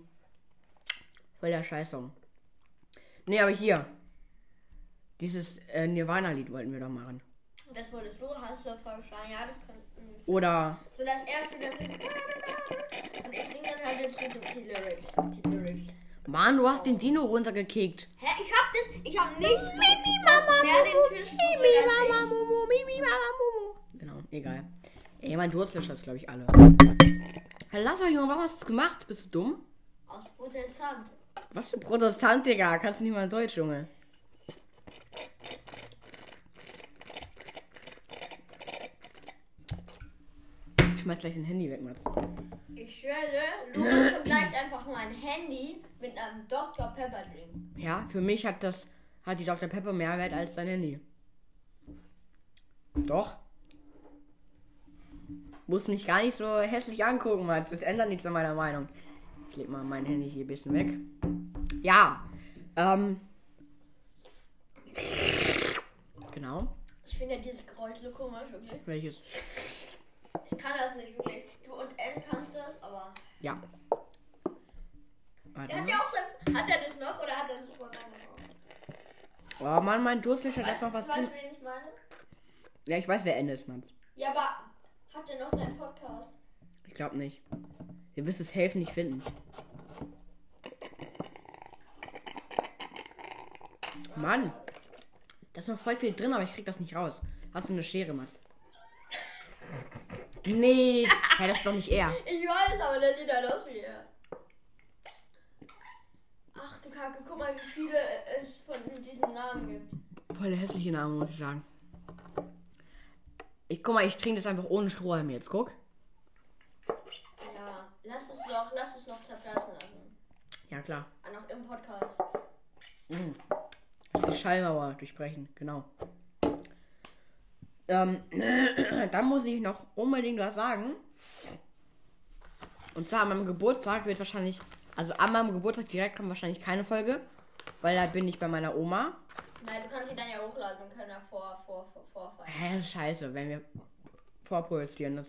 Speaker 1: Voll der Scheißsong. Nee, aber hier. Dieses äh, Nirvana-Lied wollten wir doch machen.
Speaker 2: Das wurde so hast du vorgeschlagen. Ja, das kann. mm.
Speaker 1: Oder.
Speaker 2: So das erste, das ist. Und ich singe dann halt jetzt die, die Lyrics. Die Lyrics.
Speaker 1: Mann, du hast den Dino runtergekickt.
Speaker 2: Hä? Ich hab das. Ich hab nicht. Mimi Mama. Wer den Tisch Mimi Mama.
Speaker 1: Mumu, Mimi, Mama, Mumu. Genau, egal. Ey, mein Durstlöscher ist, glaube ich, alle. Herr Lasser, Junge, warum hast du das gemacht? Bist du dumm?
Speaker 2: Aus Protestant.
Speaker 1: Was für Protestant, Digga? Kannst du nicht mal Deutsch, Junge? Ich schmeiß gleich dein Handy weg, Mats.
Speaker 2: Ich schwöre, Lukas vergleicht einfach mein Handy mit einem Dr. Pepper Drink.
Speaker 1: Ja, für mich hat das hat die Dr. Pepper mehr Wert als dein Handy. Doch. Muss mich gar nicht so hässlich angucken, Mats. Das ändert nichts an meiner Meinung. Ich leg mal mein Handy hier ein bisschen weg. Ja. Ähm. Genau.
Speaker 2: Ich finde dieses Geräusch so komisch, wirklich.
Speaker 1: Welches?
Speaker 2: Ich kann das nicht wirklich. Du und N kannst das, aber.
Speaker 1: Ja. Warte
Speaker 2: Der hat
Speaker 1: mal.
Speaker 2: ja auch sein. Hat er das noch oder hat er das schon lange noch?
Speaker 1: Oh Mann, mein Durstlöscher, da ist noch was
Speaker 2: weißt
Speaker 1: drin.
Speaker 2: du, wen ich meine?
Speaker 1: Ja, ich weiß, wer Ende ist, Mats.
Speaker 2: Ja, aber hat er noch seinen Podcast?
Speaker 1: Ich glaube nicht. Ihr wisst es helfen nicht finden. Mann, da ist noch voll viel drin, aber ich krieg das nicht raus. Hast du eine Schere, Mats? Nee, hey, das ist doch nicht er.
Speaker 2: Ich weiß, aber der sieht halt aus wie er. Ach du Kacke, guck mal, wie viele es von diesen Namen gibt.
Speaker 1: Voll der hässliche Name, muss ich sagen. Ich guck mal, ich trinke das einfach ohne Strohhalm jetzt, guck.
Speaker 2: Ja, lass es noch, lass es noch zerflassen lassen.
Speaker 1: Ja, klar.
Speaker 2: Ah, noch im Podcast.
Speaker 1: Die Schallmauer durchbrechen, genau. Ähm, dann muss ich noch unbedingt was sagen. Und zwar an meinem Geburtstag wird wahrscheinlich, also an meinem Geburtstag direkt kommt wahrscheinlich keine Folge, weil da bin ich bei meiner Oma. Äh,
Speaker 2: Nein, du kannst sie dann ja hochladen und können ja vor, vor, vor, vorfallen.
Speaker 1: Hä, scheiße, wenn wir vorprojizieren, dass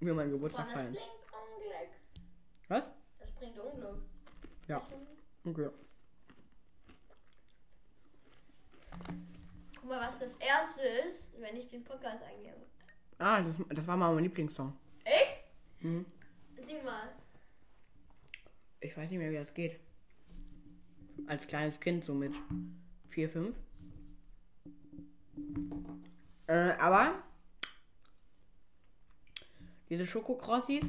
Speaker 1: mir mein Geburtstag
Speaker 2: Mann, das
Speaker 1: fallen.
Speaker 2: bringt Unglück.
Speaker 1: Was?
Speaker 2: Das bringt Unglück.
Speaker 1: Ja. Okay.
Speaker 2: Guck mal, was das erste ist, wenn ich den Podcast eingebe.
Speaker 1: Ah, das, das war mal mein Lieblingssong.
Speaker 2: Ich?
Speaker 1: Mhm.
Speaker 2: Sing mal.
Speaker 1: Ich weiß nicht mehr, wie das geht. Als kleines Kind, so mit 4, 5. Äh, aber diese Schokokrossis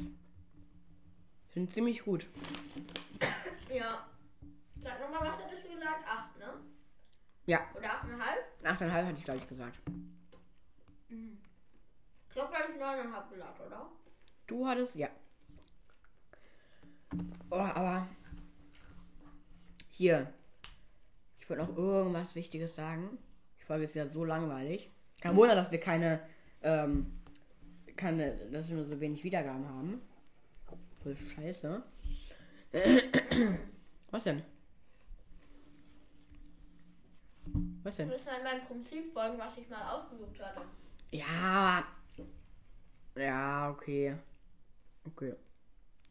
Speaker 1: sind ziemlich gut.
Speaker 2: Ja. Sag nochmal, was hattest du gesagt? Acht, ne?
Speaker 1: Ja,
Speaker 2: Oder achteinhalb?
Speaker 1: 8,5 hatte ich, glaube ich, gesagt.
Speaker 2: Ich glaube, da habe ich neuneinhalb gesagt, oder?
Speaker 1: Du hattest, ja. Oh, aber hier. Ich wollte noch irgendwas Wichtiges sagen. Die Folge ist wieder so langweilig. Kein Wunder, dass wir keine, ähm, keine, dass wir nur so wenig Wiedergaben haben. Voll scheiße. Was denn? Was
Speaker 2: Wir
Speaker 1: denn?
Speaker 2: müssen an halt meinem Prinzip folgen, was ich mal ausgesucht hatte.
Speaker 1: Ja. Ja, okay. Okay.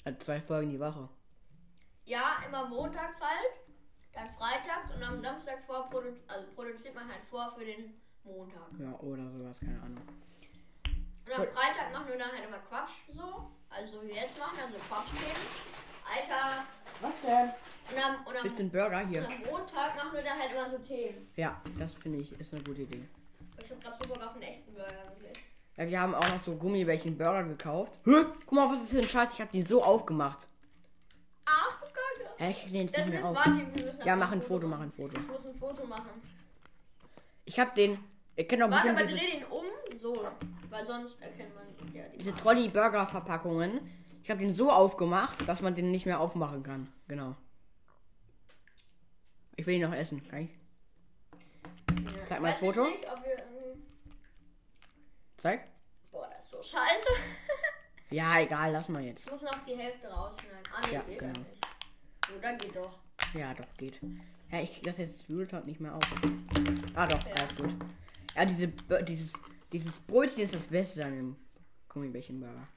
Speaker 1: Also zwei Folgen die Woche.
Speaker 2: Ja, immer montags halt, dann freitags und am Samstag vorproduziert, also produziert man halt vor für den Montag.
Speaker 1: Ja, oder sowas, keine Ahnung.
Speaker 2: Und am Freitag machen wir dann halt immer Quatsch so, also so wie wir jetzt machen, also Quatschthemen. Alter,
Speaker 1: Was denn?
Speaker 2: und am, und am,
Speaker 1: Ist ein Burger
Speaker 2: und
Speaker 1: hier?
Speaker 2: am Montag machen wir dann halt immer so Themen.
Speaker 1: Ja, das finde ich ist eine gute Idee.
Speaker 2: Ich hab grad so Bock auf einen echten Burger wirklich.
Speaker 1: Ja, wir haben auch noch so Gummibärchen Burger gekauft. Hä? Guck mal, was ist denn Schatz? Ich habe den so aufgemacht.
Speaker 2: Ach, du Kacke!
Speaker 1: Hä, ich krieg den jetzt
Speaker 2: Das
Speaker 1: nicht
Speaker 2: mit
Speaker 1: mehr auf.
Speaker 2: Martin, wir müssen
Speaker 1: Ja,
Speaker 2: einfach
Speaker 1: mach ein Foto, mach ein Foto.
Speaker 2: Ich muss ein Foto machen.
Speaker 1: Ich habe den. Ihr kennt doch
Speaker 2: Warte,
Speaker 1: bestimmt
Speaker 2: aber
Speaker 1: diese,
Speaker 2: dreh den um, so, weil sonst erkennt man ja die.
Speaker 1: diese Trolley Burger Verpackungen. Ich habe den so aufgemacht, dass man den nicht mehr aufmachen kann. Genau. Ich will ihn noch essen. Kann ich?
Speaker 2: Ja.
Speaker 1: zeig mal das
Speaker 2: Ich weiß jetzt
Speaker 1: Foto.
Speaker 2: Nicht, ob wir irgendwie-
Speaker 1: Zeig.
Speaker 2: Boah, das ist so scheiße.
Speaker 1: Ja, egal, lass mal jetzt.
Speaker 2: Ich muss noch die Hälfte rausschneiden. Ah, nee,
Speaker 1: Ja,
Speaker 2: geht
Speaker 1: genau.
Speaker 2: ja nicht. Oder geht doch.
Speaker 1: Ja, doch, geht. Ja, ich krieg das jetzt Wühltat nicht mehr auf. Ah, doch, alles gut. Ja, diese, Bö- dieses, dieses Brötchen ist das Beste an dem Gummibärchenburger.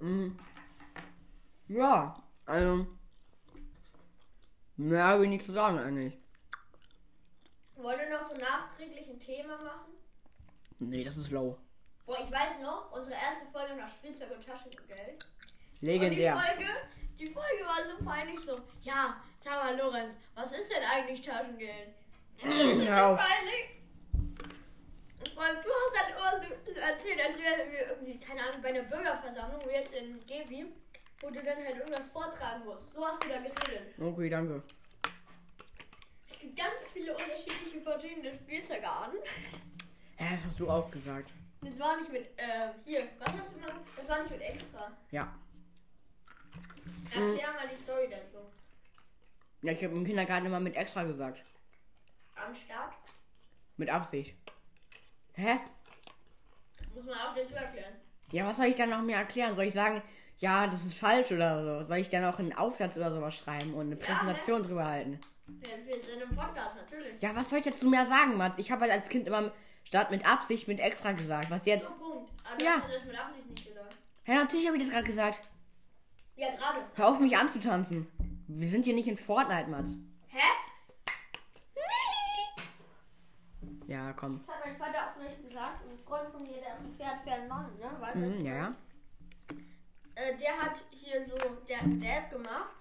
Speaker 1: Mhm. Ja, also. Mehr habe ich nicht zu sagen eigentlich.
Speaker 2: Wollen wir noch so nachträglich ein Thema machen?
Speaker 1: Nee, das ist low.
Speaker 2: Boah, ich weiß noch, unsere erste Folge nach Spielzeug und Taschengeld. Und
Speaker 1: Legendär.
Speaker 2: die Folge, die Folge war so peinlich so. Ja, sag mal, Lorenz, was ist denn eigentlich Taschengeld?
Speaker 1: Hör auf.
Speaker 2: Peinlich. Vor allem, du hast halt immer so, so erzählt, als wären wir irgendwie, keine Ahnung, bei einer Bürgerversammlung, wie jetzt in Gebi, wo du dann halt irgendwas vortragen musst. So hast du da geredet.
Speaker 1: Okay, danke.
Speaker 2: Es gibt ganz viele unterschiedliche verschiedene Spielzeuge an.
Speaker 1: Ja, das hast du auch gesagt.
Speaker 2: Das war nicht mit, äh, hier, was hast du mal? Das war nicht mit extra.
Speaker 1: Ja.
Speaker 2: Erklär mal die Story dazu.
Speaker 1: Ja, ich habe im Kindergarten immer mit extra gesagt.
Speaker 2: Anstatt,
Speaker 1: Mit Absicht. Hä?
Speaker 2: muss man auch dazu erklären.
Speaker 1: Ja, was soll ich dann noch mehr erklären? Soll ich sagen, ja, das ist falsch oder so? Soll ich dann auch einen Aufsatz oder sowas schreiben und eine
Speaker 2: Ja,
Speaker 1: Präsentation drüber halten?
Speaker 2: Wir wir sind im Podcast, natürlich.
Speaker 1: Ja, was soll ich jetzt mehr sagen, Mats? Ich habe halt als Kind immer statt mit Absicht mit extra gesagt. Was jetzt?
Speaker 2: So, Punkt. Aber du
Speaker 1: Ja.
Speaker 2: hast ja das mit Absicht nicht gesagt.
Speaker 1: Ja, natürlich habe ich das gerade gesagt.
Speaker 2: Ja, gerade.
Speaker 1: Hör auf, mich anzutanzen. Wir sind hier nicht in Fortnite, Mats.
Speaker 2: Hä?
Speaker 1: Ja, komm.
Speaker 2: Das hat mein Vater auch nicht gesagt. Und ein Freund von mir, der ist ein Pferd, Fernmann, ne? Weißt du?
Speaker 1: Hm, ja, ja.
Speaker 2: Äh, der hat hier so, der hat einen Dab gemacht.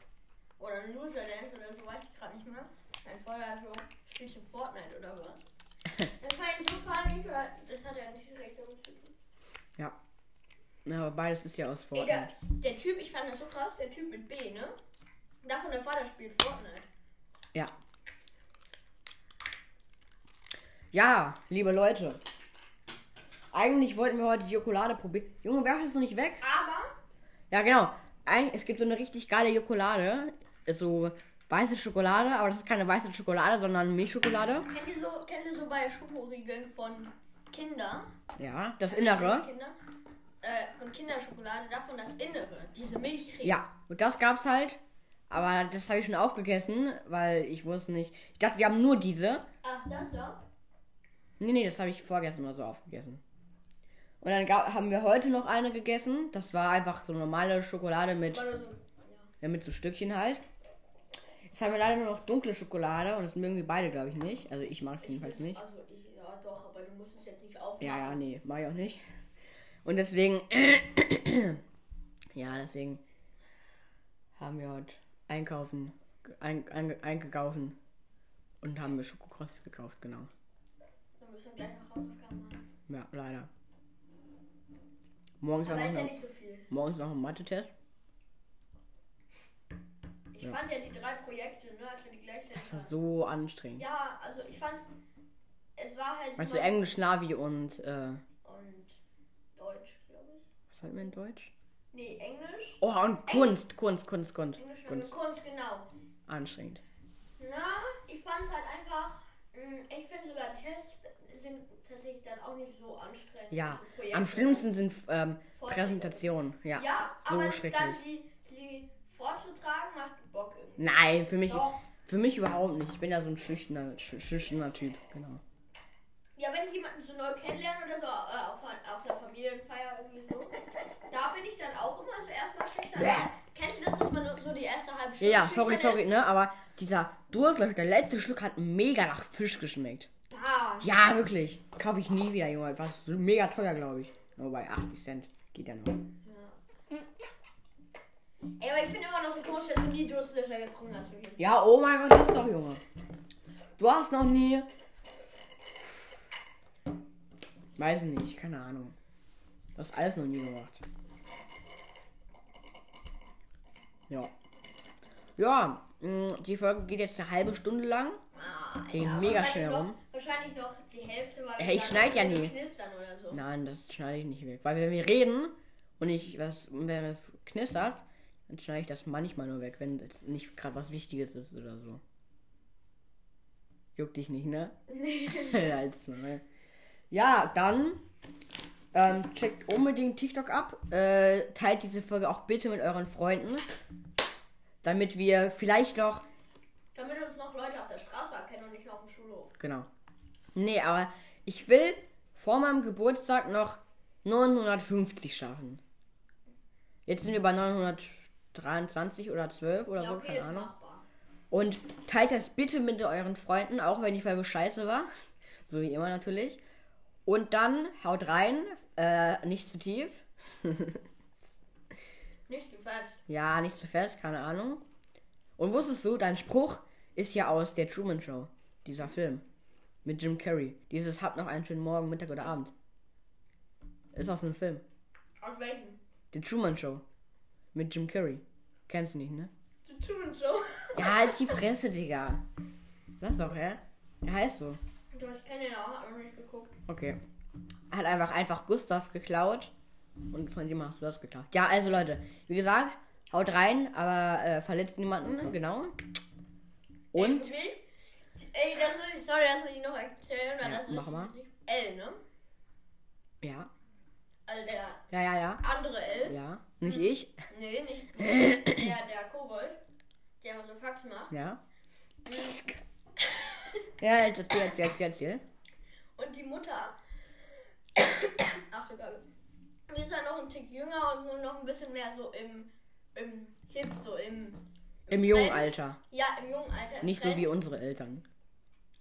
Speaker 2: Oder einen Loser Dance oder so, weiß ich gerade nicht mehr. Mein Vater so, spielst du Fortnite oder was? Das war ihm so peinlich, weil das hat er nicht direkt damit zu tun.
Speaker 1: Ja. Ja, aber beides ist ja aus
Speaker 2: Ey,
Speaker 1: Fortnite.
Speaker 2: der, der Typ, ich fand das so krass, der Typ mit B, ne? Davon der Vater spielt Fortnite.
Speaker 1: Ja. Ja, liebe Leute. Eigentlich wollten wir heute die Schokolade probieren. Junge, werf das noch nicht weg.
Speaker 2: Aber,
Speaker 1: Ja, genau. Ein- Es gibt so eine richtig geile Schokolade. So weiße Schokolade, aber das ist keine weiße Schokolade, sondern Milchschokolade.
Speaker 2: kennt ihr so, kennt ihr so bei Schokoriegeln von Kinder?
Speaker 1: Ja, das Innere.
Speaker 2: Kinder, äh, von Kinderschokolade, davon das Innere, diese Milchcreme.
Speaker 1: Ja, und das gab's halt. Aber das habe ich schon aufgegessen, weil ich wusste nicht. Ich dachte, wir haben nur diese.
Speaker 2: Ach, das da?
Speaker 1: Nee, nee, das habe ich vorgestern oder so aufgegessen. Und dann ga- haben wir heute noch eine gegessen. Das war einfach so normale Schokolade mit,
Speaker 2: War nur so, ja.
Speaker 1: ja, mit so Stückchen halt. Jetzt haben wir leider nur noch dunkle Schokolade und das mögen wir beide, glaube ich, nicht. Also ich mag es jedenfalls
Speaker 2: will's-
Speaker 1: nicht.
Speaker 2: Also ich, ja doch, aber du musst es jetzt nicht aufmachen.
Speaker 1: Ja, ja, nee, mach ich auch nicht. Und deswegen, ja, deswegen haben wir heute einkaufen, ge- ein, ein, eingekaufen und haben wir Schokokross gekauft, genau.
Speaker 2: Dann müssen wir gleich noch Hausaufgaben machen.
Speaker 1: Ja, leider. Morgens
Speaker 2: Aber
Speaker 1: noch,
Speaker 2: ist ja
Speaker 1: eine,
Speaker 2: nicht so viel.
Speaker 1: morgens noch ein Mathe-Test.
Speaker 2: Ich
Speaker 1: Ja.
Speaker 2: fand ja die drei Projekte, ne, als wir die gleichzeitig
Speaker 1: Das war
Speaker 2: hatten.
Speaker 1: so anstrengend.
Speaker 2: Ja, also ich fand es war halt
Speaker 1: Meinst du
Speaker 2: mal-
Speaker 1: Englisch, Navi und, äh,
Speaker 2: und Deutsch, glaube ich.
Speaker 1: was hatten wir in Deutsch?
Speaker 2: Nee, Englisch.
Speaker 1: Oh, und Kunst, Kunst, Kunst, Kunst.
Speaker 2: Englisch und
Speaker 1: Kunst.
Speaker 2: Kunst, genau.
Speaker 1: Anstrengend.
Speaker 2: Na, ich fand es halt einfach. mh, Ich finde sogar Tests sind tatsächlich dann auch nicht so anstrengend.
Speaker 1: Ja,
Speaker 2: so Projekte.
Speaker 1: am schlimmsten sind ähm,
Speaker 2: Vorträge.
Speaker 1: Präsentationen. Ja,
Speaker 2: Ja,
Speaker 1: so
Speaker 2: aber dann
Speaker 1: schrecklich.
Speaker 2: sie, sie vorzutragen macht Bock irgendwie.
Speaker 1: Nein, für mich,
Speaker 2: Doch.
Speaker 1: für mich überhaupt nicht. Ich bin ja so ein schüchterner, schü- schüchterner Typ. Genau.
Speaker 2: Ja, wenn ich jemanden so neu kennenlerne oder so äh, auf, auf einer Familienfeier irgendwie so, da bin ich dann auch immer so erstmal schüchtern.
Speaker 1: Bäh.
Speaker 2: Kennst du das, dass man so die erste halbe
Speaker 1: Ja,
Speaker 2: Stunde
Speaker 1: ja, sorry,
Speaker 2: schüchtern
Speaker 1: sorry,
Speaker 2: ist?
Speaker 1: ne? Aber dieser Durstlöffel, der letzte Schluck hat mega nach Fisch geschmeckt.
Speaker 2: Ja.
Speaker 1: Ja, wirklich. Kaufe ich nie wieder, Junge. War so mega teuer, glaube ich. Nur bei 80 Cent. Geht ja noch.
Speaker 2: Ey, aber ich finde immer noch so komisch, dass du nie Durstlöscher getrunken hast. wirklich.
Speaker 1: Ja, oh mein Gott, das ist doch, Junge. Du hast noch nie. Weiß nicht, keine Ahnung. Du hast alles noch nie gemacht. Ja. Ja, mh, die Folge geht jetzt eine halbe Stunde lang.
Speaker 2: Ah,
Speaker 1: Ging
Speaker 2: ja,
Speaker 1: mega
Speaker 2: wahrscheinlich
Speaker 1: schnell
Speaker 2: noch-
Speaker 1: rum.
Speaker 2: Wahrscheinlich noch die Hälfte war.
Speaker 1: Hey, ich schneid ja nie.
Speaker 2: Knistern oder so.
Speaker 1: Nein, das schneide ich nicht weg. Weil wenn wir reden und ich was, und wenn es knistert, dann schneide ich das manchmal nur weg, wenn es nicht gerade was Wichtiges ist oder so. Juckt dich nicht, ne? Ja, jetzt mal. ja, dann ähm, checkt unbedingt TikTok ab. Äh, teilt diese Folge auch bitte mit euren Freunden. Damit wir vielleicht noch.
Speaker 2: Damit uns noch Leute auf der Straße erkennen und nicht nur auf dem Schulhof.
Speaker 1: Genau. Nee, aber ich will vor meinem Geburtstag noch 950 schaffen. Jetzt sind wir bei 923 oder 12 oder
Speaker 2: Ja,
Speaker 1: so,
Speaker 2: okay,
Speaker 1: keine
Speaker 2: ist
Speaker 1: Ahnung.
Speaker 2: machbar.
Speaker 1: Und teilt das bitte mit euren Freunden, auch wenn die Folge scheiße war. So wie immer natürlich. Und dann haut rein, äh, nicht zu tief.
Speaker 2: Nicht zu fest.
Speaker 1: Ja, nicht zu fest, keine Ahnung. Und wusstest du, dein Spruch ist ja aus der Truman Show, dieser Film. Mit Jim Carrey. Dieses habt noch einen schönen Morgen, Mittag oder Abend. Ist aus dem Film.
Speaker 2: Aus welchen?
Speaker 1: Die Truman Show. Mit Jim Carrey. Kennst du nicht, ne?
Speaker 2: Zu tun so.
Speaker 1: Ja, halt die Fresse, Digga. Lass doch, hä? Er heißt so.
Speaker 2: Doch, ich kenne den auch, hab noch nicht geguckt.
Speaker 1: Okay. Hat einfach einfach Gustav geklaut. Und von dem hast du das geklaut. Ja, also Leute, wie gesagt, haut rein, aber äh, verletzt niemanden, genau. Und
Speaker 2: Ey, Bill? Ey, das muss ich, sorry, das muss ich noch erzählen, weil
Speaker 1: Ja,
Speaker 2: das ist
Speaker 1: mach mal.
Speaker 2: L, ne?
Speaker 1: ja,
Speaker 2: Also der
Speaker 1: ja, ja, ja.
Speaker 2: andere L.
Speaker 1: Ja, nicht ich.
Speaker 2: Nee, nicht der, der Kobold, der immer so Faxen macht.
Speaker 1: Ja. Ja, jetzt erzähl, erzähl, erzähl, erzähl.
Speaker 2: Und die Mutter. Ach du Kacke. Die ist halt noch ein Tick jünger und nur noch ein bisschen mehr so im, im Hip, so im.
Speaker 1: Im jungen Alter.
Speaker 2: Ja, im jungen Alter. im
Speaker 1: Nicht so
Speaker 2: Trend.
Speaker 1: wie unsere Eltern.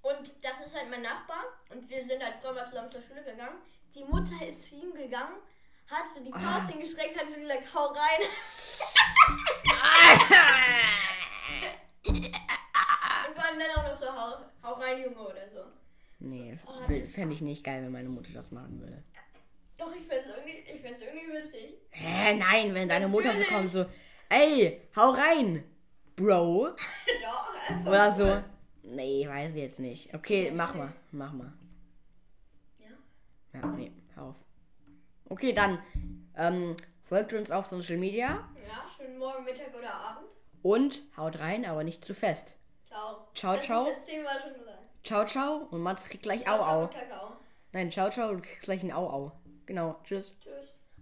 Speaker 2: Und das ist halt mein Nachbar. Und wir sind halt früher mal zusammen zur Schule gegangen. Die Mutter ist zu ihm gegangen, hat so die
Speaker 1: Ah.
Speaker 2: Faust hingestreckt, hat so gesagt, hau rein. Und waren dann auch noch so, hau, hau rein, Junge oder so.
Speaker 1: Nee, f- fände ich nicht geil, wenn meine Mutter das machen würde.
Speaker 2: Doch, ich find's irgendwie, ich find's irgendwie witzig.
Speaker 1: Hä, nein, wenn deine Mutter so kommt, so, ey, hau rein, Bro.
Speaker 2: Doch, einfach.
Speaker 1: Oder so. Nee, weiß ich jetzt nicht. Okay, mach mal, mach mal.
Speaker 2: Ja.
Speaker 1: Ja, nee, hör auf. Okay, dann ähm, folgt uns auf Social Media
Speaker 2: Ja, schönen Morgen, Mittag oder Abend.
Speaker 1: und haut rein, aber nicht zu fest.
Speaker 2: Ciao.
Speaker 1: Ciao,
Speaker 2: das
Speaker 1: ciao.
Speaker 2: Das ist das zehnmal schon gesagt.
Speaker 1: Ciao, ciao und Mats kriegt gleich
Speaker 2: Ciao,
Speaker 1: Au,
Speaker 2: ciao
Speaker 1: Au.
Speaker 2: und Kakao.
Speaker 1: Nein, ciao, ciao, du kriegst gleich ein Au, Au. Genau, tschüss.
Speaker 2: Tschüss.